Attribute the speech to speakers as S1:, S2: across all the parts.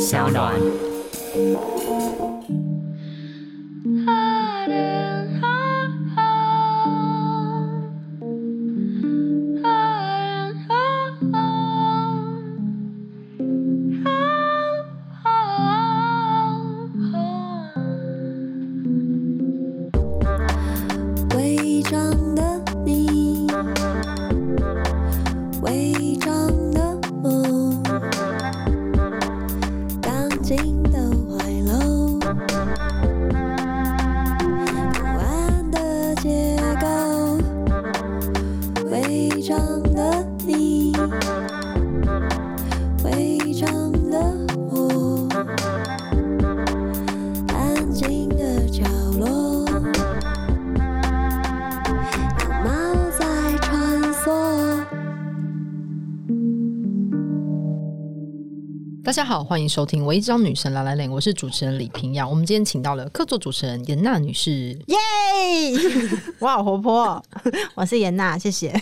S1: 小暖。
S2: 伪装的你，伪装的我，钢筋的怀楼，不安的结构，伪装的你，伪装的我，安静的角落。有猫在穿梭。
S3: 大家好，欢迎收听《唯一张女神来来脸》，我是主持人李平阳。我们今天请到了客座主持人严娜女士。
S4: 耶！ 我好活泼 哦、我是严娜，谢谢。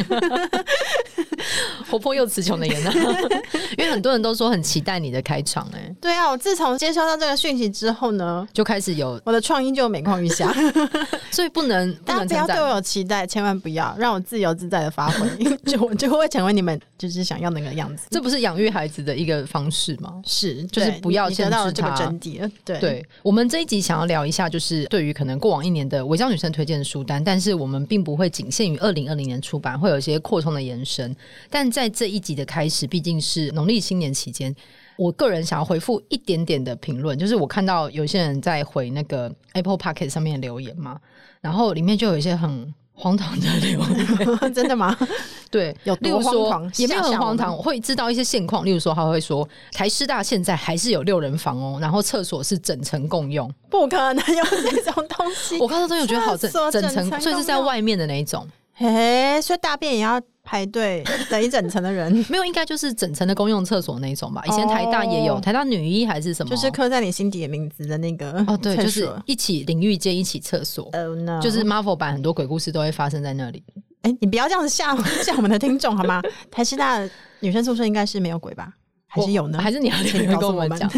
S3: 活泼又词穷的严娜， 因为很多人都说很期待你的开场、哎，
S4: 对啊，我自从接收到这个讯息之后呢，
S3: 就开始有，
S4: 我的创意就每况愈下。
S3: 所以不能不
S4: 大家
S3: 能
S4: 不要
S3: 称
S4: 对我
S3: 赞。
S4: 有期待，千万不要让我自由自在的发 挥，就我就会成为你们就是想要的那个样子。
S3: 这不是养育孩子的一个方式吗？
S4: 是，
S3: 就是
S4: 对
S3: 不要
S4: 你
S3: 限
S4: 得到
S3: 制
S4: 了这个
S3: 它
S4: 真谛了。对
S3: 对我们这一集想要聊一下，就是对于可能过往一年的违章女生推荐的书单，但是我们并不会仅限于二零二零年出版，会有一些扩充的延伸。但在这一集的开始，毕竟是农历新年期间。我个人想要回复一点点的评论，就是我看到有些人在回那 个 Apple p o c k e t 上面的留言嘛，然后里面就有一些很荒唐的留言，
S4: 真的 吗？
S3: 对，
S4: 有
S3: 例如
S4: 多
S3: 说
S4: 荒唐
S3: 也没有
S4: 吓
S3: 很
S4: 吓我
S3: 荒
S4: 们
S3: 唐，我会知道一些现况。例如说，他会说台师大现在还是有六人房哦，然后厕所是整层共用。
S4: 不可能有这种东 西
S3: 我。看到这个我觉得好整
S4: 厕所
S3: 整
S4: 整
S3: 层，
S4: 层
S3: 所以是在
S4: 共用
S3: 外面的那一种，，
S4: 嘿，所以大便也要排队等一整层的 人
S3: 没有，应该就是整层的公用厕所那一种吧。以前台大也有，
S4: 哦
S3: 台大女医还是什么，
S4: 就是刻在你心底的名字的那个
S3: 哦，对，
S4: 厕
S3: 就是
S4: 所
S3: 一起淋浴间，一起厕所。
S4: Oh no！
S3: 就是 Marvel 版很多鬼故事都会发生在那里，
S4: 哎、你不要这样子吓我 吓我们的听众好吗？台师大的女生宿舍应该是没有鬼吧？还是有呢？
S3: 我还是你要留
S4: 请
S3: 言
S4: 告
S3: 跟
S4: 诉
S3: 我们
S4: 们
S3: 讲？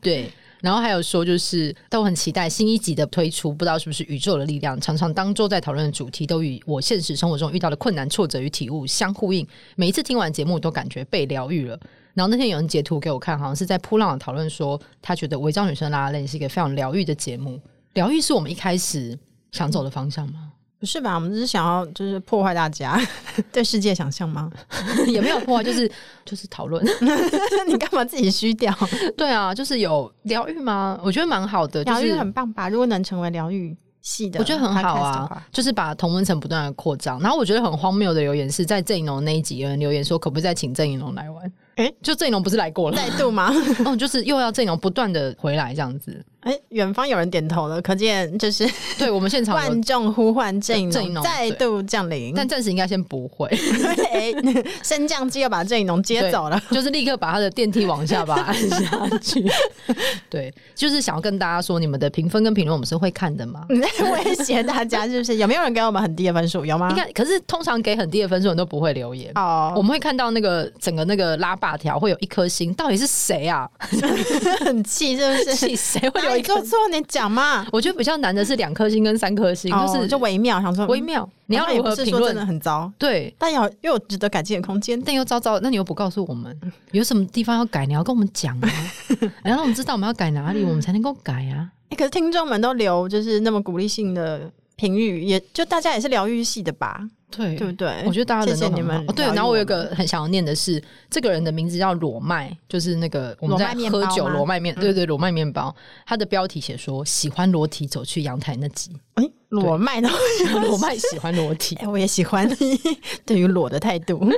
S3: 对，然后还有说就是都很期待新一集的推出，不知道是不是宇宙的力量，常常当周在讨论的主题都与我现实生活中遇到的困难、挫折与体悟相呼应。每一次听完节目，都感觉被疗愈了。然后那天有人截图给我看，好像是在扑浪的讨论说，他觉得《违章女生拉拉链》是一个非常疗愈的节目。疗愈是我们一开始想走的方向吗？
S4: 不是吧？我们只是想要就是破坏大家对世界想象吗？
S3: 也没有破坏，就是就是讨论。
S4: 你干嘛自己虚掉？
S3: 对啊，就是有疗愈吗？我觉得蛮好的，就
S4: 疗愈
S3: 是
S4: 很棒吧？如果能成为疗愈系的，
S3: 我觉得很好啊，，就是把同温层不断的扩张。然后我觉得很荒谬的留言是在郑怡农那一集有人留言说，可不可以再请郑怡农来玩？
S4: 诶
S3: 就郑怡农不是来过了，
S4: 再度吗？
S3: 哦，就是又要郑怡农不断的回来这样子。
S4: 哎、远方有人点头了，可见就是
S3: 对我们现 场有
S4: 万，众呼唤阵
S3: 郑郑
S4: 营
S3: 容
S4: 再度降临，
S3: 但暂时应该先不 会，
S4: 对， 升降机要把郑影龙接
S3: 对
S4: 走了。
S3: 就是立刻把他的电梯往下 把它按下去。对，就是想要跟大家说，你们的评分跟评论我们是会看的 嘛。
S4: 你在威胁大家是不是？有没有人给我们很低的分数？有吗
S3: 应？该可是通常给很低的分数，人都不会留言。
S4: 哦
S3: 我们会看到那个整个那个拉霸条会有一颗星，到底是谁 啊？
S4: 很气是不是？
S3: 气谁会
S4: 哪
S3: 留一
S4: 里
S3: 颗
S4: 做错？你讲嘛，
S3: 我觉得比较难的是两颗星跟三颗星，就是
S4: 哦就微妙，想说
S3: 微。
S4: 嗯
S3: 妙。你
S4: 好
S3: 要
S4: 像也
S3: 如
S4: 不
S3: 何
S4: 是
S3: 评
S4: 说真的
S3: 论？
S4: 很糟，
S3: 对，
S4: 但有又有值得改进的空间。
S3: 但又糟糟，那你又不告诉我们
S4: 嗯
S3: 有什么地方要改，你要跟我们讲 啊，然后让我们知道我们要改哪里，我们才能够改啊。
S4: 欸可是听众们都留就是那么鼓励性的评语，也就大家也是疗愈系的吧，
S3: 对
S4: 对不对？
S3: 我觉得大家人
S4: 谢
S3: 都很
S4: 谢你
S3: 好
S4: 们
S3: 哦。对，
S4: 疗愈
S3: 然后我有一个很想要念的是，这个人的名字叫裸麦，就是那个我们在
S4: 裸麦面
S3: 喝
S4: 包
S3: 酒
S4: 吗嗯
S3: 裸麦面，对对，裸麦面包。它的标题写说喜欢裸体走去阳台那集，
S4: 哎、裸麦的，
S3: 裸麦喜欢裸体
S4: 哎、，我也喜欢你对于裸的态度。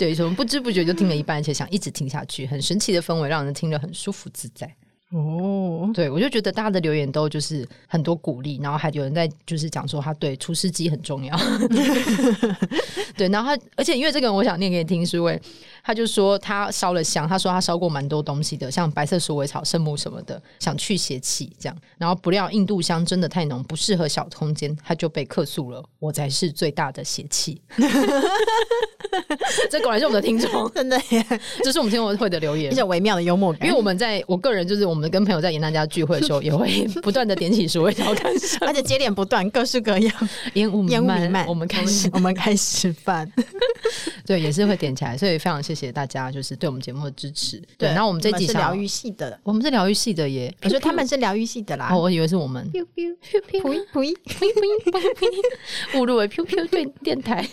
S3: 对，所以我们不知不觉就听了一半，而且想一直听下去，很神奇的氛围，让人听得很舒服自在。
S4: 哦，
S3: 对，我就觉得大家的留言都就是很多鼓励，然后还有人在就是讲说他对厨 师机很重要，对，然后他而且因为这个我想念给你听，是因为他就说他烧了香，他说他烧过蛮多东西的，像白色鼠尾草、圣木什么的，想去邪气这样。然后不料印度香真的太浓，不适合小空间，他就被客诉了。我才是最大的邪气， 这果然是我们的听众，
S4: 真的耶，
S3: 这是我们哎听众会的留言
S4: 一。种微妙的幽默感。
S3: 因为我们在我个人就是我们跟朋友在严大家聚会的时 候，也会不断的点起鼠尾草看香，
S4: 而且接连不断，各式各样，
S3: 烟雾
S4: 烟雾弥漫。
S3: 我们开始
S4: 我们开始办。
S3: 对，也是会点起来，所以非常谢谢大家，就是对我们节目的支持。 对，然后我们这一集
S4: 是
S3: 想要
S4: 疗愈，系的，
S3: 我们是疗愈系的耶，
S4: 我觉得他们是疗愈系的啦
S3: 哦，。我以为是我们
S4: 噗噗噗噗噗，
S3: 误入了 Q Q 对 电台。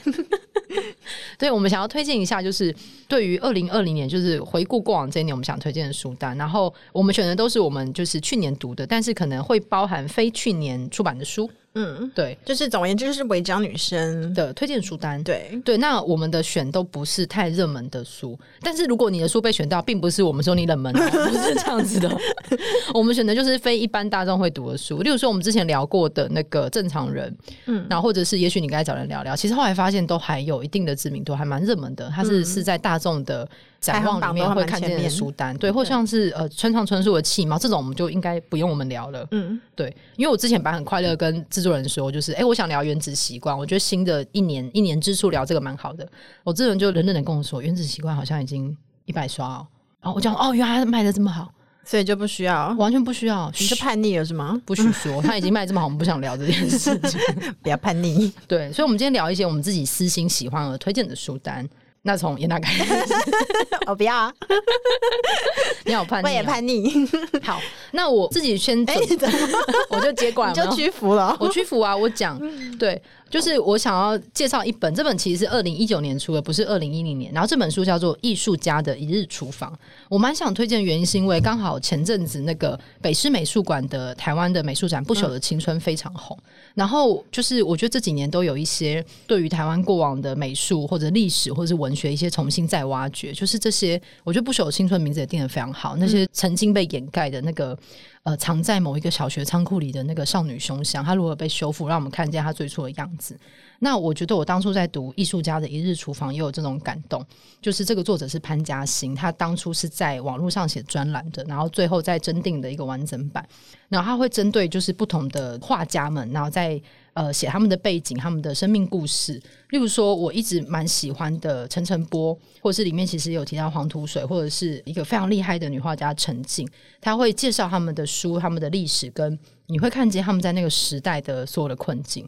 S3: 对，我们想要推荐一下，就是对于二零二零年，就是回顾过往这一年，我们想推荐的书单。然后我们选的都是我们就是去年读的，但是可能会包含非去年出版的书。
S4: 嗯，
S3: 对
S4: 就是总而言之就是违章女生。
S3: 的推荐书单，
S4: 对，
S3: 对，那我们的选都不是太热门的书，但是如果你的书被选到，并不是我们说你冷门、哦，不是这样子 的。我们选的就是非一般大众会读的书，例如说我们之前聊过的那个正常人，嗯，然后或者是也许你该找人聊聊。其实后来发现都还有一定的知名度，还蛮热门的。它是、是在大众的展
S4: 嗯排行
S3: 望
S4: 榜
S3: 里
S4: 都
S3: 面
S4: 还
S3: 会
S4: 蛮
S3: 看
S4: 前
S3: 见的
S4: 面
S3: 书单，对，或像是呃村上春树的《气猫》这种，我们就应该不用我们聊了。
S4: 嗯，
S3: 对，因为我之前把很快乐跟制作人说，就是哎、诶我想聊原子习惯，我觉得新的一年一年之初聊这个蛮好的。我制作人就冷冷的跟我说，原子习惯好像已经一百刷哦。然后我讲哦，原来它卖的这么好，
S4: 所以就不需要
S3: 我。完全不需要，
S4: 你是
S3: 嘘
S4: 叛逆了是吗？
S3: 不许说，他已经卖这么好，我们不想聊这件事情。
S4: 比较叛逆。
S3: 对，所以我们今天聊一些我们自己私心喜欢而推荐的书单。那从严大开始，
S4: 我哦不要，
S3: 啊你好叛逆、
S4: 我也。叛逆， 哎
S3: 好，那我自己先准，
S4: 怎么
S3: 我就接管
S4: 你
S3: 了，哦
S4: 就屈服了？
S3: 我屈服啊！我讲，对，就是我想要介绍一本，这本其实是二零一九年出的，不是二零一零年。然后这本书叫做《艺术家的一日厨房》，我蛮想推荐，的原因是因为刚好前阵子那个北师美术馆的台湾的美术展《不朽的青春》非常红，然后就是我觉得这几年都有一些对于台湾过往的美术或者历史或者是文学一些重新再挖掘，就是这些，我觉得《不朽的青春》名字也定的非常好，那些曾经被掩盖的那个呃藏在某一个小学仓库里的那个少女胸像，它如何被修复，让我们看见它最初的样子。那我觉得我当初在读《艺术家的一日厨房》也有这种感动，就是这个作者是潘嘉欣，他当初是在网络上写专栏的，然后最后再征订的一个完整版，然后他会针对就是不同的画家们，然后再呃写他们的背景、他们的生命故事。例如说，我一直蛮喜欢的陈澄波，或者是里面其实也有提到黄土水，或者是一个非常厉害的女画家陈静，她会介绍他们的书、他们的历史，跟你会看见他们在那个时代的所有的困境。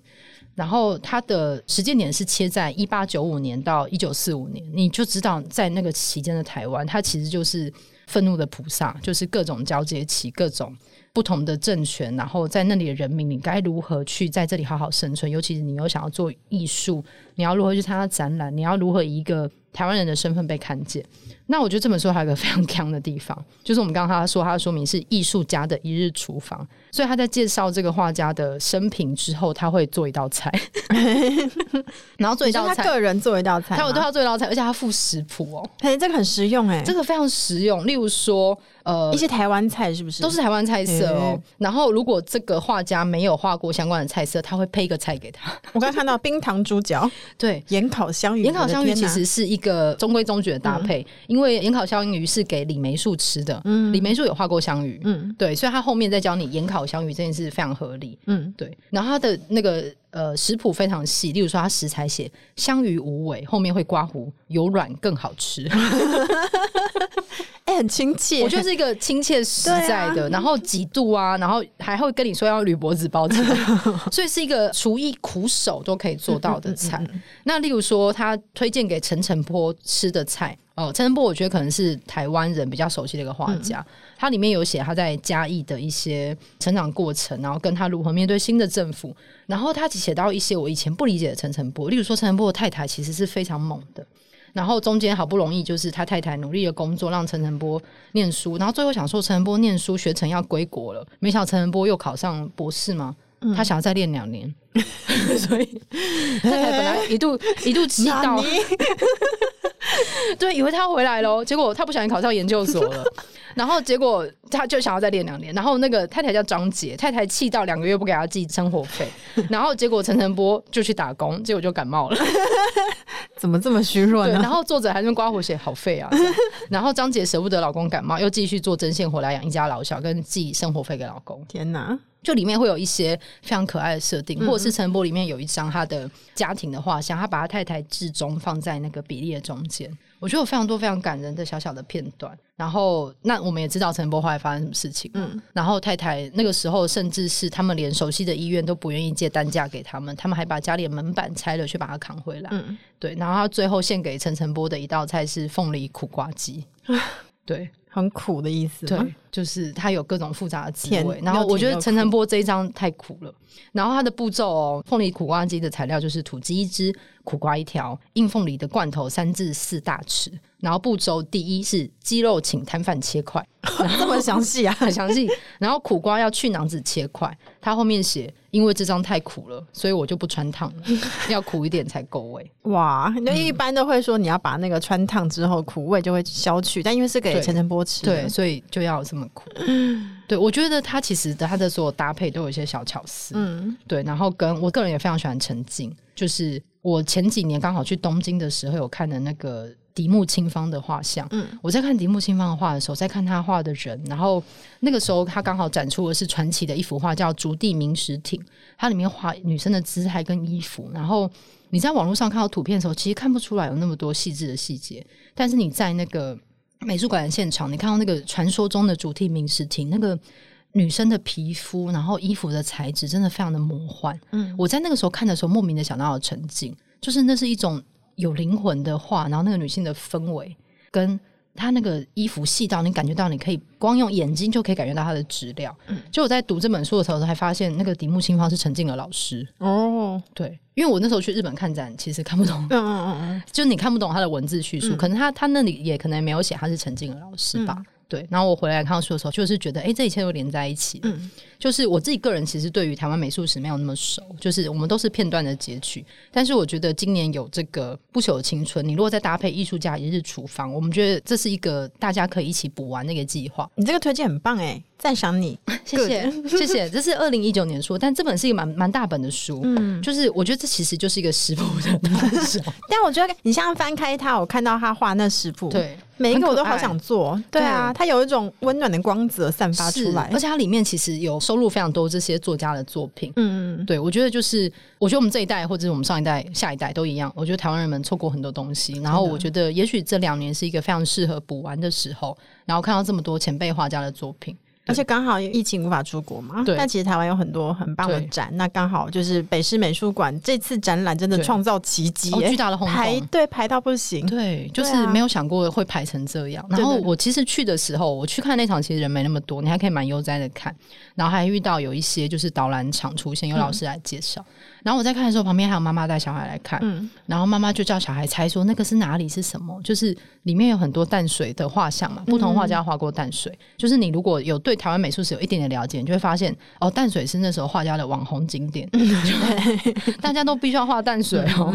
S3: 然后它的时间点是切在一八九五年到一九四五年，你就知道在那个期间的台湾，它其实就是愤怒的菩萨，就是各种交接期、各种不同的政权，然后在那里的人民，你该如何去在这里好好生存？尤其是你又想要做艺术，你要如何去参加展览？你要如何以一个台湾人的身份被看见？那我觉得这本书还有一个非常强的地方， 就是我们刚刚他说他的说明是艺术家的一日厨房，所以他在介绍这个画家的生平之后，他会做一道菜， 然后做一
S4: 你说
S3: 道
S4: 他
S3: 菜，
S4: 个人做一道菜吗，
S3: 他有对他做一道菜，而且他附食谱哦，
S4: 嘿，这个很实用哎，
S3: 这个非常实用。例如说，呃
S4: 一，些台湾菜是不是
S3: 都是台湾菜色哦
S4: 嗯。
S3: 然后，如果这个画家没有画过相关的菜色，他会配一个菜给他。
S4: 我刚刚看到冰糖猪脚、
S3: 对，
S4: 盐烤香鱼，
S3: 盐烤
S4: 我的
S3: 香鱼
S4: 天
S3: 其
S4: 哪嗯
S3: 实是一个中规中矩的搭配，因为盐烤香鱼是给李梅树吃的，李梅树有画过香鱼，
S4: 嗯
S3: 对，所以他后面再教你盐烤香鱼这件事非常合理。
S4: 嗯，
S3: 对，然后它的那个呃食谱非常细，例如说它食材写香鱼无尾，后面会刮胡，有软更好吃。
S4: 哎，很亲切，
S3: 我觉得是一个亲切实在的，然后几度啊，然后还会跟你说要铝箔纸包起来，所以是一个厨艺苦手都可以做到的菜。那例如说，他推荐给陈澄波吃的菜。哦，陈澄波我觉得可能是台湾人比较熟悉的一个画家，他里面有写他在嘉义的一些成长过程，然后跟他如何面对新的政府，然后他写到一些我以前不理解的陈澄波，例如说陈澄波的太太其实是非常猛的，然后中间好不容易就是他太太努力的工作，让陈晨波念书，然后最后想说陈晨波念书学成要归国了，没想到陈晨波又考上博士嘛，他想要再练两年， 所以太太本来一度一度气
S4: 哪
S3: 到
S4: 尼
S3: 对，以为他回来喽，结果他不小心考上研究所了， 然后结果他就想要再练两年，然后那个太太叫张杰，太太气到两个月不给他寄生活费，然后结果陈晨波就去打工，结果就感冒了，
S4: 怎么这么虚弱
S3: 对，
S4: 呢
S3: 哦然？后作者还在那边刮胡写好废啊，这 样然后张杰舍不得老公感冒，又继续做针线活来养一家老小，跟寄生活费给老公，
S4: 天哪，
S3: 就里面会有一些非常可爱的设定，或者是陈波里面有一张他的家庭的画像，他把他太太至终放在那个比例的中间。我觉得有非常多非常感人的小小的片段。然后，那我们也知道陈波后来发生什么事情。嗯，然后太太那个时候甚至是他们连熟悉的医院都不愿意借担架给他们，他们还把家里的门板拆了去把它扛回来。
S4: 嗯
S3: 对，然后他最后献给陈晨波的一道菜是凤梨苦瓜鸡。 对，
S4: 很苦的意思吗。
S3: 对，就是它有各种复杂的滋
S4: 甜
S3: 味。然后
S4: 又
S3: 我
S4: 甜
S3: 觉得
S4: 又
S3: 陈晨波这一张太苦了。然后它的步骤哦，凤梨苦瓜鸡的材料就是土鸡一只，苦瓜一条，硬凤梨的罐头三至四大匙。然后步骤第一是鸡肉请摊贩切块，
S4: 这么详细 啊？
S3: 很详细。然后苦瓜要去囊子切块，它后面写因为这张太苦了，所以我就不穿烫了，要苦一点才够味。
S4: 哇，那一般都会说你要把那个穿烫之后苦味就会消去，但因为是给
S3: 对
S4: 陈晨波吃的，
S3: 对，所以就要这么 苦。对，我觉得它其实它的所有搭配都有一些小巧思。
S4: 嗯，
S3: 对，然后跟我个人也非常喜欢陈静，就是我前几年刚好去东京的时候有看的那个迪木清方的画像。嗯，我在看迪木清方的画的时候，在看他画的人，然后那个时候他刚好展出的是传奇的一幅画，叫《竹地明石町》，它里面画女生的姿态跟衣服，然后。你在网络上看到图片的时候，其实看不出来有那么多细致的细节，但是你在那个美术馆的现场，你看到那个传说中的主题名石亭，那个女生的皮肤，然后衣服的材质，真的非常的魔幻。嗯，我在那个时候看的时候，莫名的想到了沉浸，就是那是一种有灵魂的画，然后那个女性的氛围跟。她那个衣服细到你感觉到，你可以光用眼睛就可以感觉到它的质量。就我在读这本书的时候，还发现那个迪木清芳是陈静的老师。
S4: 哦，
S3: 对，因为我那时候去日本看展，其实看不懂
S4: 嗯嗯嗯
S3: 就你看不懂他的文字叙述，可能他他那里也可能没有写他是陈静的老师吧。
S4: 嗯
S3: 对，然后我回来看书的时候，就是觉得，哎、这一切都连在一起。嗯，就是我自己个人其实对于台湾美术史没有那么熟，就是我们都是片段的截取。但是我觉得今年有这个《不朽的青春》，你如果再搭配艺术家一日厨房，我们觉得这是一个大家可以一起补完的一个计划。
S4: 你这个推荐很棒哎，赞赏你。
S3: 谢谢，谢 谢。这是二零一九年书，但这本是一个蛮蛮大本的书，嗯，就是我觉得这其实就是一个食谱的大小，
S4: 但我觉得你像翻开它，我看到他画那食谱，，
S3: 对，
S4: 每一个我都
S3: 很可
S4: 好
S3: 爱
S4: 想做。对啊，它有一种温暖的光泽散发
S3: 是，
S4: 出来
S3: 而。且它里面其实有收录非常多这些作家的作品。
S4: 嗯，嗯
S3: 对，我觉得就是，我觉得我们这一代或者是我们上一代、下一代都一样。我觉得台湾人们错过很多东西，然后我觉得也许这两年是一个非常适合补完的时候，然后看到这么多前辈画家的作品，
S4: 而且刚好疫情无法出国嘛，
S3: 对
S4: 但其实台湾有很多很棒的
S3: 对
S4: 展，那刚好就是北师美术馆这次展览真的
S3: 对
S4: 创造奇迹
S3: 哦，
S4: 耶、
S3: 巨大的轰
S4: 排
S3: 动。
S4: 队排到不行，
S3: 对，就
S4: 对
S3: 是
S4: 啊
S3: 没有想过会排成这样。然后
S4: 对对对
S3: 我其实去的时候，我去看那场，其实人没那么多，你还可以蛮悠哉的看。然后还遇到有一些就是导览场出现，有老
S4: 嗯
S3: 师来介绍。然后我在看的时候，旁边还有妈妈带小孩来看。
S4: 嗯，
S3: 然后妈妈就叫小孩猜说那个是哪里是什么，就是里面有很多淡水的画像嘛，不同画
S4: 嗯
S3: 家画过淡水。就是你如果有对台湾美术史有一点点了解，你就会发现哦，淡水是那时候画家的网红景点，
S4: 嗯
S3: 就 大家都必须要画淡水哦。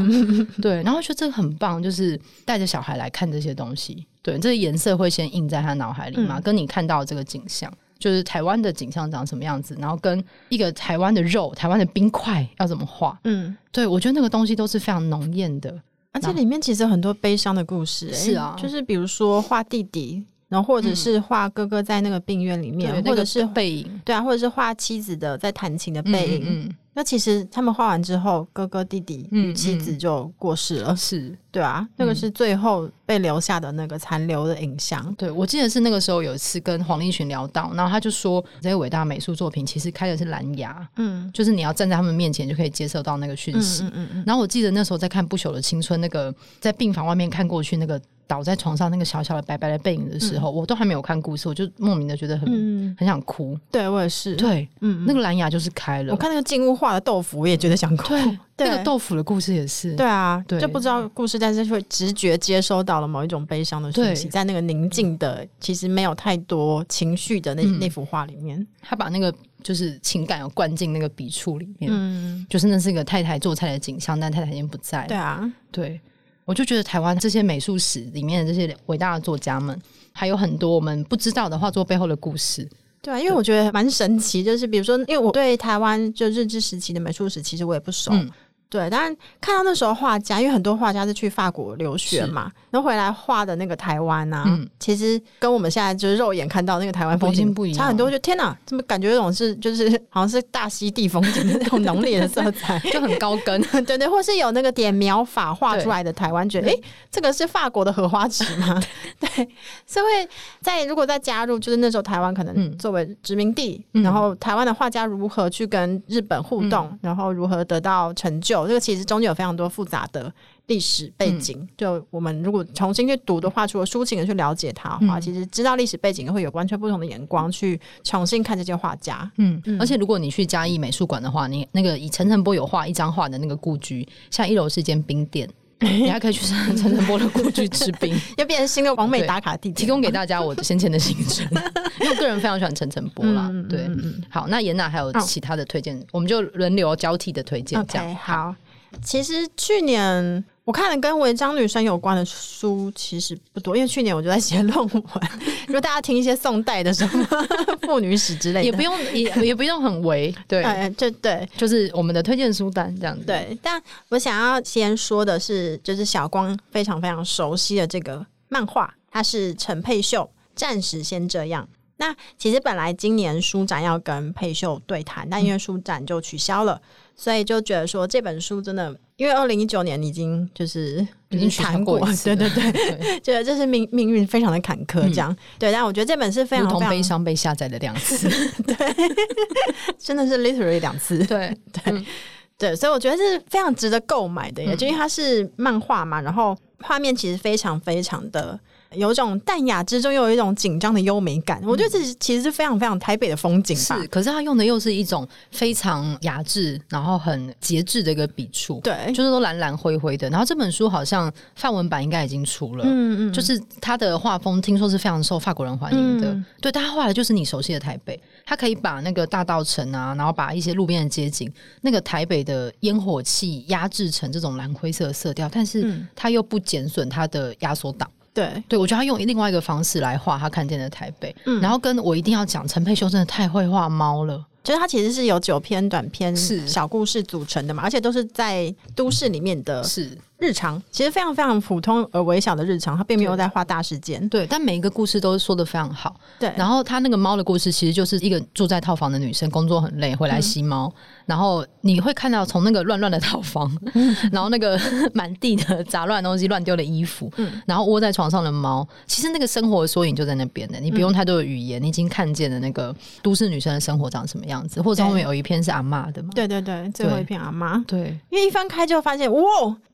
S3: 对，然后就这个很棒，就是带着小孩来看这些东西，对，这个颜色会先印在他脑海里嘛，
S4: 嗯
S3: 跟你看到这个景象。就是台湾的景象长什么样子，然后跟一个台湾的肉、台湾的冰块要怎么画，
S4: 嗯，
S3: 对，我觉得那个东西都是非常浓艳的。
S4: 而且里面其实有很多悲伤的故事、哎
S3: 是啊嗯
S4: 就是比如说画弟弟，然后或者是画哥哥在那个病院里面，
S3: 对
S4: 或者是
S3: 那个背影、
S4: 对啊，或者是画妻子的在弹琴的背影。
S3: 嗯嗯
S4: 那其实他们画完之后，哥哥、弟弟
S3: 嗯
S4: 与妻子就过世了，
S3: 嗯是
S4: 对啊，那个是最后被留下的那个残留的影像。
S3: 对。我记得是那个时候有一次跟黄立群聊到，然后他就说，这些伟大美术作品其实开的是蓝牙，
S4: 嗯
S3: 就是你要站在他们面前就可以接受到那个讯
S4: 嗯
S3: 息。
S4: 嗯嗯嗯，
S3: 然后我记得那时候在看《不朽的青春》，那个在病房外面看过去，那个倒在床上那个小小的白白的背影的时候，我都还没有看故事，我就莫名的觉得很、
S4: 嗯
S3: 很想哭。
S4: 对我也是。
S3: 对，
S4: 嗯，
S3: 那
S4: 那
S3: 个蓝牙就是开了。
S4: 我看那个进屋画的豆腐，我也觉得想哭。
S3: 对，
S4: 对
S3: 那个豆腐的故事也是。
S4: 对啊，
S3: 对
S4: 就不知道故事，但是会直觉接收到了某一种悲伤的讯息，
S3: 对
S4: 在那个宁静的，其实没有太多情绪的那、
S3: 嗯
S4: 那幅画里面。
S3: 他把那个就是情感要灌进那个笔触里面。
S4: 嗯，
S3: 就是那是一个太太做菜的景象，但太太已经不在了。
S4: 对啊，
S3: 对，我就觉得台湾这些美术史里面的这些伟大的作家们，还有很多我们不知道的画作背后的故事。
S4: 对啊，因为我觉得蛮神奇，就是比如说，因为我对台湾就日治时期的美术史其实我也不熟，
S3: 嗯
S4: 对，当然看到那时候画家，因为很多画家是去法国留学嘛，然后回来画的那个台湾啊，
S3: 嗯
S4: 其实跟我们现在就是肉眼看到那个台湾风
S3: 已
S4: 景
S3: 经不一样
S4: 差很多，就天哪，怎么感觉有种是就是好像是大溪地风景的那种浓烈的色 彩。
S3: 就很高 跟，
S4: 对对，或是有那个点描法画出来的台湾，
S3: 嗯
S4: 觉得哎，诶这个是法国的荷花池 吗？对，所以会在如果再加入，就是那时候台湾可能
S3: 嗯
S4: 作为殖民地，
S3: 嗯
S4: 然后台湾的画家如何去跟日本互动，然后如何得到成就，这个其实中间有非常多复杂的历史背
S3: 嗯
S4: 景。就我们如果重新去读的话，除了抒情的去了解它的话，
S3: 嗯
S4: 其实知道历史背景会有完全不同的眼光去重新看这些画家。
S3: 嗯，而且如果你去嘉义美术馆的话，你那个以陈诚波有画一张画的那个故居，像一楼是一间冰店，你还可以去陈诚波的故居吃冰。
S4: 又变成新的完美
S3: 对
S4: 打卡地点，
S3: 提供给大家我先前的行程，因为我个人非常喜欢陈诚波啦。
S4: 嗯嗯嗯
S3: 对，
S4: 嗯
S3: 好，那严娜还有
S4: 嗯
S3: 其他的推荐，我们就轮流交替的推荐，这
S4: OK，
S3: 样。
S4: 好。其实去年我看的跟违章女生有关的书其实不多，因为去年我就在写论文。 如果大家听一些宋代的什么 妇女史之类的，
S3: 也不用也也不用很违，对，
S4: 哎，就对
S3: 就是我们的推荐书单这样子。，
S4: 对。但我想要先说的是，就是小光非常非常熟悉的这个漫画，它是陈佩秀《暂时先这样》。那其实本来今年书展要跟佩秀对谈，但因为书展就取消了，所以就觉得说这本书真的，因为二零一九年已经就是
S3: 已经取消
S4: 谈
S3: 过一次
S4: 对
S3: 了
S4: 对对，
S3: 对，
S4: 觉得这是命命运非常的坎坷，这样、对。但我觉得这本是非常
S3: 嗯如同
S4: 非
S3: 悲
S4: 常
S3: 伤被下载了两次。
S4: 真的是 literally 两次，
S3: 对，
S4: 对，所以我觉得是非常值得购买
S3: 嗯
S4: 的耶，就因为它是漫画嘛，然后画面其实非常非常的有一种淡雅之中又有一种紧张的优美感，我觉得这是其实是非常非常台北的风景吧
S3: 嗯是，。可是他用的又是一种非常雅致，然后很节制的一个笔触，
S4: 对
S3: 就是都蓝蓝灰灰的。然后这本书好像范文版应该已经出了，
S4: 嗯嗯，
S3: 就是他的画风听说是非常受法国人欢迎的。
S4: 嗯
S3: 对，但他画的就是你熟悉的台北，他可以把那个大道城啊，然后把一些路边的街景，那个台北的烟火气压制成这种蓝灰色的色调，但是
S4: 嗯
S3: 他又不减损他的压缩档。
S4: 对，
S3: 对，我觉得他用另外一个方式来画他看见的台北，
S4: 嗯
S3: 然后跟我一定要讲，陈佩修真的太会画猫了。
S4: 就是它其实是由九篇短篇
S3: 是
S4: 小故事组成的嘛，而且都是在都市里面的
S3: 是
S4: 日常，其实非常非常普通而微小的日常，它并没有在画大事件。
S3: 对，但每一个故事都说的非常好。
S4: 对，
S3: 然后他那个猫的故事，其实就是一个住在套房的女生，工作很累，回来吸猫。
S4: 嗯
S3: 然后你会看到从那个乱乱的套房，
S4: 嗯
S3: 然后那个满地的杂乱的东西、乱丢的衣服，
S4: 嗯
S3: 然后窝在床上的猫，其实那个生活的缩影就在那边的。你不
S4: 嗯
S3: 用太多的语言，你已经看见了那个都市女生的生活长什么样子。或者后面有一篇是阿嬷的嘛？
S4: 对对对，最后
S3: 对
S4: 一篇阿妈。
S3: 对，
S4: 因为一翻开就发现，哇，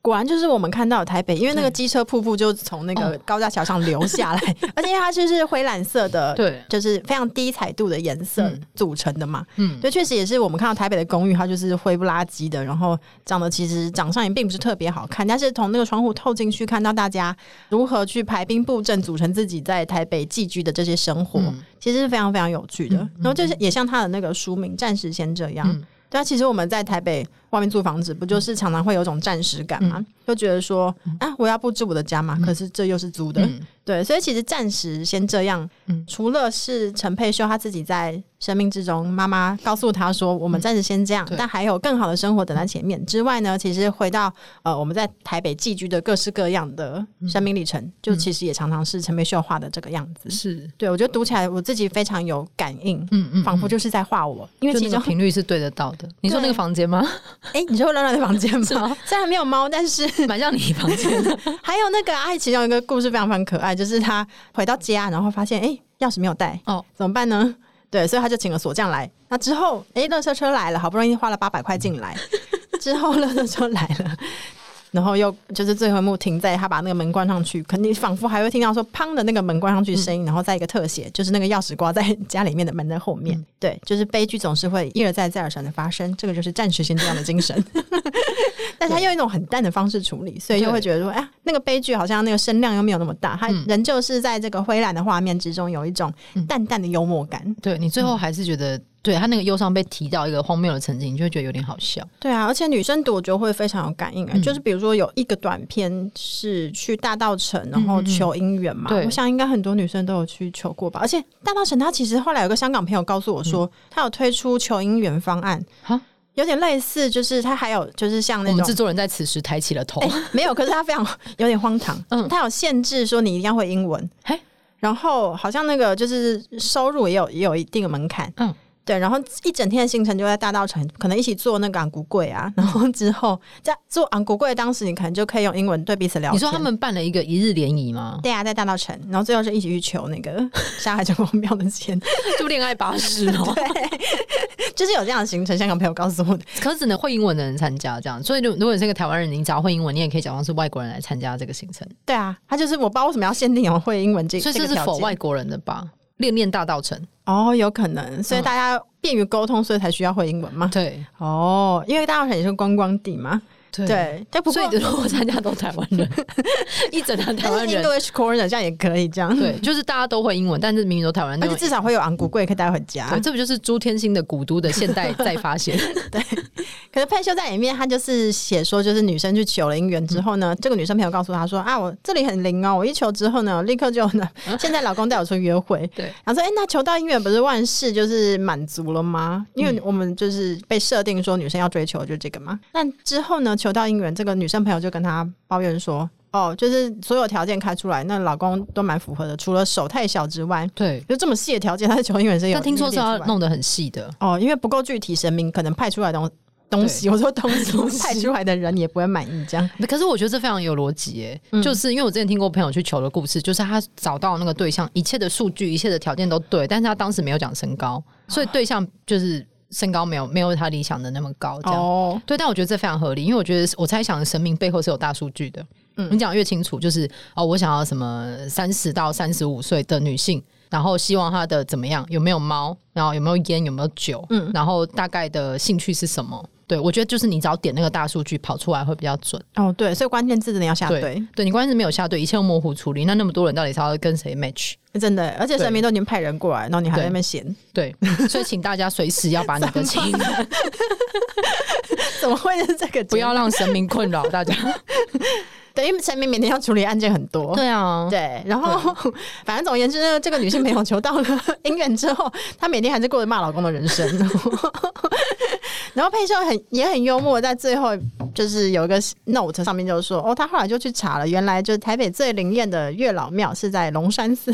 S4: 果然就是我们看到的台北，因为那个机车瀑布就从
S3: 嗯
S4: 那个高架桥上流 下来，而且因为它就是灰蓝色的，
S3: 对
S4: 就是非常低彩度的颜色
S3: 嗯
S4: 组成的嘛。
S3: 嗯，
S4: 对，确实也是我们看到台北的公寓，它就是灰不拉几的，然后长得其实长相也并不是特别好看，但是从那个窗户透进去，看到大家如何去排兵布阵，组成自己在台北寄居的这些生活，
S3: 嗯
S4: 其实是非常非常有趣的。然后就是也像他的那个书名《暂时先这样》
S3: 嗯
S4: 对啊，其实我们在台北外面租房子，不就是常常会有一种暂时感
S3: 嗯
S4: 吗？就觉得说啊，我要布置我的家嘛，可是这又是租的，
S3: 嗯
S4: 对，所以其实暂时先这样。
S3: 嗯
S4: 除了是陈佩秀她自己在生命之中，妈妈告诉她说，我们暂时先这样，
S3: 对
S4: 但还有更好的生活等在前面之外呢，其实回到呃我们在台北寄居的各式各样的生命历程，
S3: 嗯
S4: 就其实也常常是陈佩秀画的这个样子。
S3: 是，
S4: 对我觉得读起来我自己非常有感应。
S3: 嗯嗯，
S4: 仿佛就是在画我，因为
S3: 就
S4: 其
S3: 那
S4: 中
S3: 个频率是对得到的。你说那个
S4: 对
S3: 房间 吗？
S4: 哎、你说乱乱的房间
S3: 是
S4: 吗
S3: 吗？
S4: 虽然没有猫，但是
S3: 蛮像你房间 的，
S4: 还有那个爱，其中一个故事非常非常可爱，就是他回到家，然后发现哎钥匙没有带，
S3: 哦，
S4: 怎么办呢？对，所以他就请了锁匠来。那之后，哎，垃圾车来了，好不容易花了八百块进来，之后垃圾车来了。然后又就是最后一幕停在他把那个门关上去，肯定仿佛还会听到说“砰”的那个门关上去声音，然后再一个特写，就是那个钥匙挂在 家里面的门的后面。对，就是悲剧总是会一而再再而三的发生，这个就是暂时先这样的精神。 但他用一种很淡的方式处理，所以就会觉得说，哎呀，那个悲剧好像那个声量又没有那么大，他仍旧是在这个灰蓝的画面之中有一种淡淡的幽默感。嗯
S3: 对你最后还是觉得对他那个忧伤被提到一个荒谬的层景，你就会觉得有点好笑。
S4: 对啊，而且女生读我觉得会非常有感应、欸
S3: 嗯
S4: 就是比如说有一个短片是去大道城，然后求姻缘嘛，
S3: 嗯对
S4: 我想应该很多女生都有去求过吧。而且大道城它其实后来有个香港朋友告诉我说，他有推出求姻缘方案
S3: 嗯哈，
S4: 有点类似，就是他还有就是像
S3: 我
S4: 那
S3: 们制
S4: 种。
S3: 作人在此时抬起了头，
S4: 哎、 没有，可是他非常有点荒唐。
S3: 嗯
S4: 嗯，他有限制说你一定要会英文，
S3: 嘿
S4: 然后好像那个就是收入也有也有一定的门槛，
S3: 嗯
S4: 嗯，对，然后一整天的行程就在大道城，可能一起做那个昂古柜啊，然
S3: 嗯
S4: 后之后在做昂古柜，当时你可能就可以用英文对彼此聊天。
S3: 你说他们办了一个一日联谊吗？
S4: 对啊，在大道城，然后最后是一起去求 那个沙海九宫庙的钱，
S3: 就恋爱巴士 哦，
S4: 就是有这样的行程。香港朋友告诉我的，
S3: 可是只能会英文的人参加这样。所以，如如果你是个台湾人，你只要会英文，你也可以假装是外国人来参加这个行程。
S4: 对啊，他就是我不知道为什么要限定我会英文这，
S3: 所以这
S4: 个
S3: 是
S4: 条
S3: 否
S4: 件
S3: 外国人的吧？恋恋大道 城，
S4: 哦，有可能，所以大家便于沟通，所以才需要会英文嘛。
S3: 嗯对
S4: 哦，因为大道城也是观光地嘛，
S3: 对
S4: 对，但不过
S3: 所以如果参加都台湾 人，一整堂台
S4: 但
S3: 湾
S4: 是
S3: 人，
S4: English corner 这样也可以这样，
S3: 对，就是大家都会英文，但是明明都台湾人，
S4: 而
S3: 那
S4: 且至少会有昂古贵可以带回家。
S3: 对，这不就是朱天心的古都的现 代再发现？
S4: 可是佩秀在里面，她就是写说，就是女生去求了姻缘之后呢，
S3: 嗯
S4: 这个女生朋友告诉她说啊，我这里很灵哦，我一求之 后呢，立刻就呢，现在老公带我出去约会。
S3: 对，
S4: 然后说，哎、那求到姻缘不是万事就是满足了吗？因
S3: 嗯
S4: 为我们就是被设定说女生要追求就这个嘛。那之后呢，求到姻缘，这个女生朋友就跟她抱怨说，哦，就是所有条件开出来，那老公都蛮符合的，除了手太小之外，
S3: 对，
S4: 就这么细的条件，他求姻缘是有。
S3: 但听说
S4: 有
S3: 是
S4: 列出
S3: 要
S4: 来的
S3: 弄得很细的，
S4: 哦，因为不够具体，神明可能派出来的东东西， 我说东西派出来的人也不会满意这样。
S3: 可是我觉得这非常有逻辑耶，就是因为我之前听过朋友去求的故事，就是他找到那个对象，一切的数据、一切的条件都对，但是他当时没有讲身高，所以对象就是身高没有没有他理想的那么高，这样。
S4: 哦，
S3: 对，但我觉得这非常合理，因为我觉得我猜想神明背后是有大数据的。嗯，你讲得越清楚，就是哦，我想要什么三十到三十五岁的女性，然后希望她的怎么样，有没有猫，然后有没有烟，有没有酒，嗯，然后大概的兴趣是什么？对，我觉得就是你只要点那个大数据跑出来会比较准。
S4: 哦，对，所以关键字真的要下对，
S3: 对，对你关键是没有下对，一切都模糊处理，那那么多人到底是要跟谁 match？
S4: 真的，而且
S3: 对
S4: 神明都已经派人过来，然后你还在那边闲，
S3: 对， 所以请大家随时要把你的情，
S4: 怎么会是这 个？
S3: 不要，让神明困扰大家。
S4: 对，因为神明每天要处理案件很 多。
S3: 对啊，
S4: 对，然后 反正总而言之呢，这个女性朋友求到了姻缘之后，她每天还是过着骂老公的人生。 然后佩秀很也很幽默，在最后就是有一个 note 上面就是说，哦，她后来就去查了，原来就是台北最灵验的月老庙是在龙山寺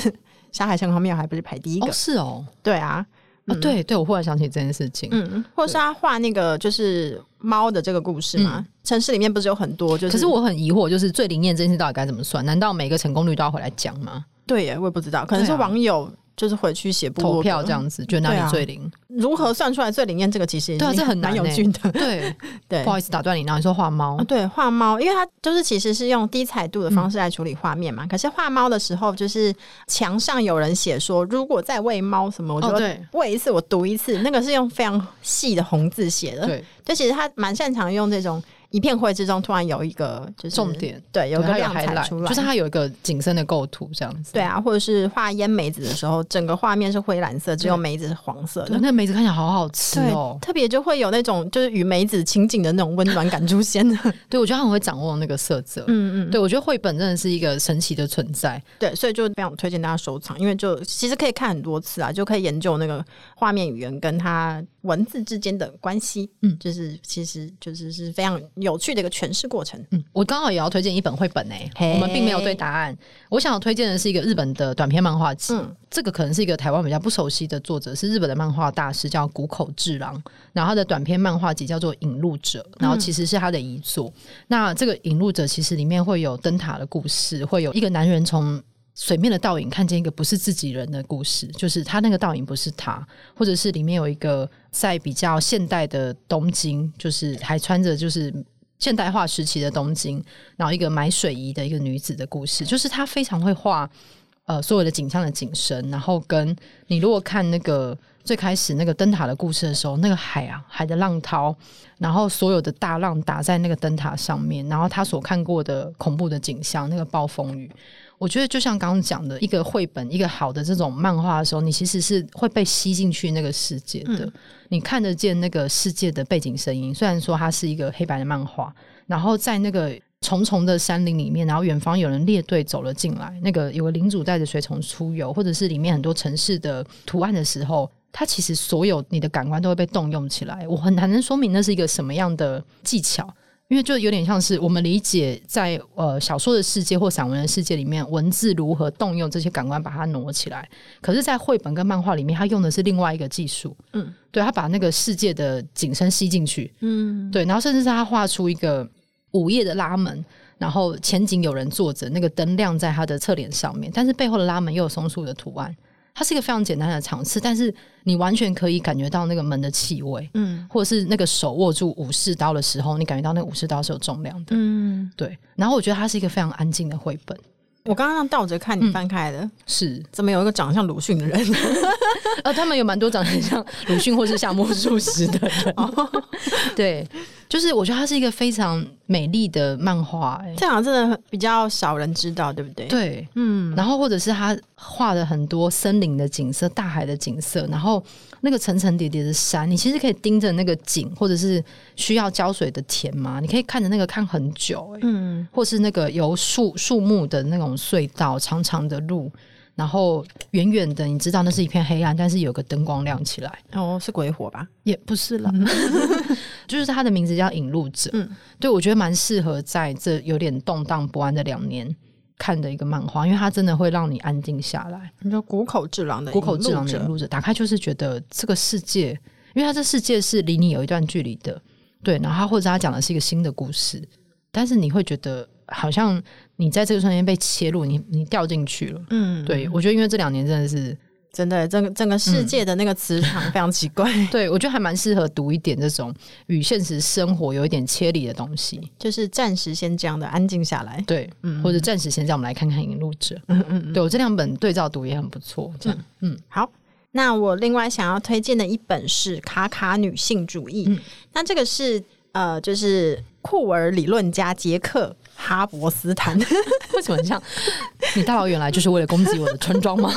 S4: 沙海城隍庙，还不是排第一个。
S3: 哦，是哦，
S4: 对啊，
S3: 哦，对对，我忽然想起这件事情。
S4: 嗯，或是他画那个就是猫的这个故事嘛，城市里面不是有很多就
S3: 嗯
S4: 是，
S3: 可是我很疑惑，就是最灵验这件事到底该怎么算？难道每个成功率都要回来讲吗？
S4: 对耶，我也不知道，可能是
S3: 对啊
S4: 网友就是回去写部落格
S3: 投票这样子，觉得哪
S4: 对
S3: 里
S4: 啊
S3: 最灵？
S4: 如何算出来最灵验这个，其实也
S3: 对啊，
S4: 是
S3: 这很难
S4: 蛮有
S3: 欸
S4: 趣的。
S3: 对，
S4: 对
S3: 不，好意思打断你，然后你说画猫
S4: 啊，，对，画猫，因为它就是其实是用低彩度的方式来处理画
S3: 嗯
S4: 面嘛。可是画猫的时候，就是墙上有人写说，如果再喂猫什么，我
S3: 哦
S4: 就
S3: 对
S4: 喂一次，我读一次，那个是用非常细的红字写的。，
S3: 对，
S4: 就其实他蛮擅长用这种一片灰之中突然有一个就是
S3: 重点，
S4: 对，有一个
S3: 对
S4: 亮
S3: 它有
S4: 彩
S3: highlight，
S4: 出来，
S3: 就是它有一个景深的构图这样子。
S4: 对啊，或者是画烟梅子的时候，整个画面是灰蓝色，只有梅子是黄色
S3: 对，
S4: 的。
S3: 那梅子看起来好好吃
S4: 对
S3: 哦，。
S4: 特别就会有那种就是与梅子情景的那种温暖感出现。
S3: 对，我觉得它很会掌握那个色泽。
S4: 嗯嗯，
S3: 对，我觉得绘本真的是一个神奇的存在。
S4: 对，所以就非常推荐大家收藏，因为就其实可以看很多次啊，就可以研究那个画面语言跟它文字之间的关系。
S3: 嗯
S4: 嗯，就是其实就是是非常有趣的一个诠释过程。
S3: 嗯，我刚好也要推荐一本绘本诶、
S4: 嘿
S3: 我们并没有对答案。我想要推荐的是一个日本的短篇漫画集，
S4: 嗯
S3: 这个可能是一个台湾比较不熟悉的作者，是日本的漫画大师叫谷口智郎，然后他的短篇漫画集叫做《引路者》，
S4: 嗯
S3: 然后其实是他的遗作。那这个《引路者》其实里面会有灯塔的故事，会有一个男人从。水面的倒影，看见一个不是自己人的故事，就是他那个倒影不是他，或者是里面有一个在比较现代的东京，就是还穿着就是现代化时期的东京，然后一个买水仪的一个女子的故事，就是她非常会画呃所有的景象的景深，然后跟你如果看那个最开始那个灯塔的故事的时候，那个海啊海的浪涛，然后所有的大浪打在那个灯塔上面，然后他所看过的恐怖的景象，那个暴风雨，我觉得就像刚刚讲的，一个绘本，一个好的这种漫画的时候，你其实是会被吸进去那个世界的，你看得见那个世界的背景声音。虽然说它是一个黑白的漫画，然后在那个重重的山林里面，然后远方有人列队走了进来，那个有个领主带着随从出游，或者是里面很多城市的图案的时候。它其实所有你的感官都会被动用起来，我很难能说明那是一个什么样的技巧，因为就有点像是我们理解在呃小说的世界或散文的世界里面，文字如何动用这些感官把它挪起来。可是，在绘本跟漫画里面，它用的是另外一个技术，
S4: 嗯，
S3: 对，它把那个世界的景深吸进去，
S4: 嗯，
S3: 对，然后甚至是他画出一个午夜的拉门，然后前景有人坐着，那个灯亮在他的侧脸上面，但是背后的拉门又有松树的图案。它是一个非常简单的尝试，但是你完全可以感觉到那个门的气味，
S4: 嗯
S3: 或者是那个手握住武士刀的时候，你感觉到那个武士刀是有重量的。
S4: 嗯，
S3: 对，然后我觉得它是一个非常安静的绘本，
S4: 我刚刚倒着看
S3: 嗯
S4: 你翻开的，
S3: 是
S4: 怎么有一个长相鲁迅的 人？
S3: 呃，他们有蛮多长得很像鲁迅或是夏目漱石的人，
S4: 哦
S3: 对，就是我觉得它是一个非常美丽的漫画、欸，
S4: 这好像真的比较少人知道，对不对？，
S3: 对，
S4: 嗯
S3: 然后或者是他画了很多森林的景色、大海的景色，然后那个层层叠叠的山，你其实可以盯着那个景，或者是需要浇水的田嘛，你可以看着那个看很久、欸，
S4: 嗯，
S3: 或是那个由树树木的那种隧道，长长的路，然后远远的，你知道那是一片黑暗，但是有个灯光亮起来。
S4: 哦，是鬼火吧？
S3: 也不是啦， 就是它的名字叫《引路者》。
S4: 嗯
S3: 对我觉得蛮适合在这有点动荡不安的两年看的一个漫画，因为它真的会让你安静下来。
S4: 你说谷口治郎的
S3: 谷口智郎的
S4: 引
S3: 《引
S4: 路者，
S3: 路者》，打开就是觉得这个世界，因为它这世界是离你有一段距离的，对。然后它或者它讲的是一个新的故事，但是你会觉得好像你在这个瞬间被切入，你你掉进去了。
S4: 嗯，
S3: 对，我觉得因为这两年真的是，
S4: 真的，整个整个
S3: 嗯
S4: 世界的那个磁场非常奇怪，
S3: 对我觉得还蛮适合读一点这种与现实生活有一点切离的东西。
S4: 就是暂时先这样的安静下来。
S3: 对，
S4: 嗯
S3: 或者暂时先让我们来看看《引路者》
S4: 嗯嗯嗯，
S3: 对我这两本对照读也很不错。这样，
S4: 好。那我另外想要推荐的一本是《卡卡女性主义》，
S3: 嗯
S4: 那这个是呃，就是库尔理论家杰克哈伯斯坦，
S3: 为什么很像？你大老远来就是为了攻击我的村庄吗？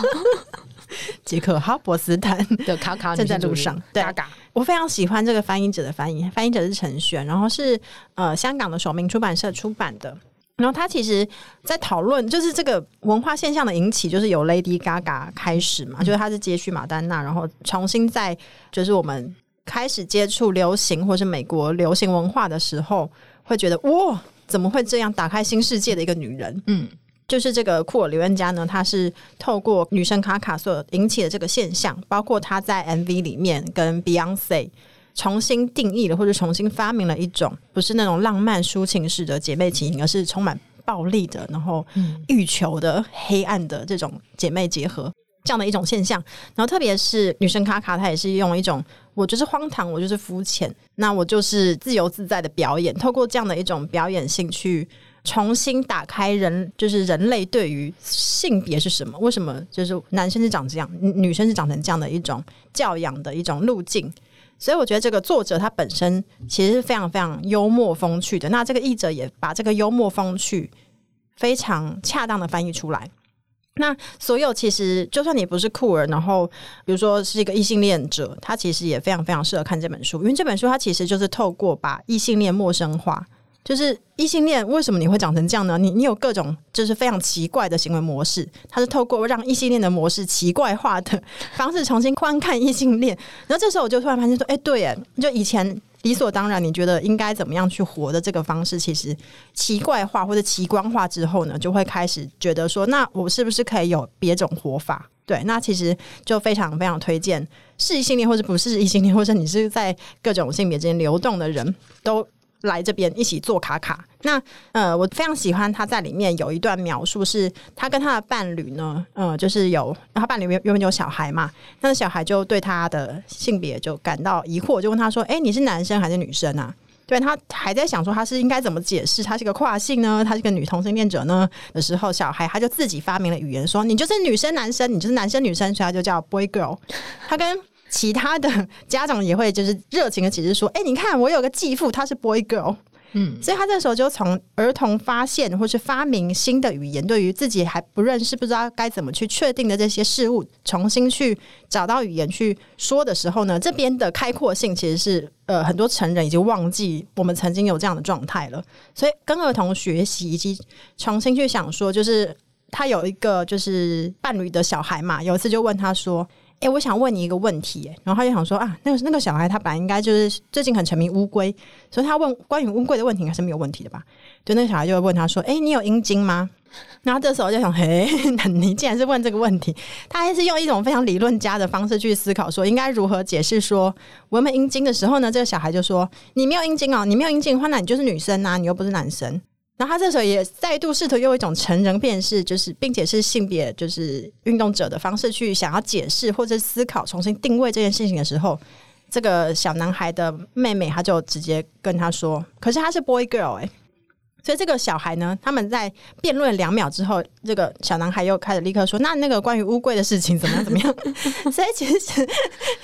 S4: 杰克哈伯斯坦，
S3: 的卡卡
S4: 正在
S3: 女性主义
S4: 路上对
S3: 嘎嘎，
S4: 我非常喜欢这个翻译者的翻译，翻译者是陈璇，然后是呃香港的首名出版社出版的。然后他其实，在讨论就是这个文化现象的引起，就是由 Lady Gaga 开始嘛，就是他是接续马丹娜，然后重新在就是我们开始接触流行或是美国流行文化的时候，会觉得哇，怎么会这样打开新世界的一个女人？
S3: 嗯，
S4: 就是这个库尔留言家呢，她是透过女生卡卡所引起的这个现象，包括她在 MV 里面跟 Beyonce 重新定义了，或者重新发明了一种不是那种浪漫抒情式的姐妹情，而是充满暴力的，然后欲求的、黑暗的这种姐妹结合。这样的一种现象，然后特别是女生卡卡，她也是用一种我就是荒唐，我就是肤浅，那我就是自由自在的表演，透过这样的一种表演性去重新打开人，就是人类对于性别是什么，为什么就是男生是长这样，女女生是长成这样的一种教养的一种路径。所以我觉得这个作者他本身其实是非常非常幽默风趣的，那这个译者也把这个幽默风趣非常恰当的翻译出来。那所有其实，就算你不是酷儿，然后比如说是一个异性恋者，他其实也非常非常适合看这本书，因为这本书它其实就是透过把异性恋陌生化，就是异性恋为什么你会长成这样呢？你你有各种就是非常奇怪的行为模式，它是透过让异性恋的模式奇怪化的方式重新观看异性恋，然后这时候我就突然发现说，哎、对，哎，就以前。理所当然，你觉得应该怎么样去活的这个方式，其实奇怪化或者奇观化之后呢，就会开始觉得说，那我是不是可以有别种活法？对，那其实就非常非常推荐是异性恋，或者不是异性恋，或者你是在各种性别之间流动的人都。来这边一起做卡卡，那呃，我非常喜欢他在里面有一段描述是，他跟他的伴侣呢，呃，就是有他伴侣原原本有小孩嘛，那小孩就对他的性别就感到疑惑，就问他说：“哎、你是男生还是女生啊？”对他还在想说他是应该怎么解释他是个跨性呢，他是个女同性恋者呢的时候，小孩他就自己发明了语言说你就是女生男生，你就是男生女生，所以他就叫 boy girl。他跟其他的家长也会就是热情的解释说，哎、你看我有个继父，他是 boy girl。
S3: 嗯，
S4: 所以他这时候就从儿童发现或是发明新的语言，对于自己还不认识、不知道该怎么去确定的这些事物，重新去找到语言去说的时候呢，这边的开阔性其实是呃很多成人已经忘记我们曾经有这样的状态了。所以跟儿童学习以及重新去想说，就是他有一个就是伴侣的小孩嘛，有一次就问他说。诶，我想问你一个问题、诶然后他就想说啊，那个那个小孩他本来应该就是最近很沉迷乌龟，所以他问关于乌龟的问题应该是没有问题的吧？对，那个小孩就会问他说：“哎、你有阴茎吗？”然后这时候就想，嘿，你竟然是问这个问题，他还是用一种非常理论家的方式去思考，说应该如何解释说我们阴茎的时候呢？这个小孩就说：“你没有阴茎哦，你没有阴茎的话，那你就是女生啊，你又不是男生。”然后他这时候也再度试图用一种成人辨识，就是并且是性别就是运动者的方式去想要解释或者思考重新定位这件事情的时候，这个小男孩的妹妹，她就直接跟他说：“可是他是 boy girl 哎、所以这个小孩呢，他们在辩论两秒之后，这个小男孩又开始立刻说：“那那个关于乌龟的事情怎么样怎么 样？”所以其实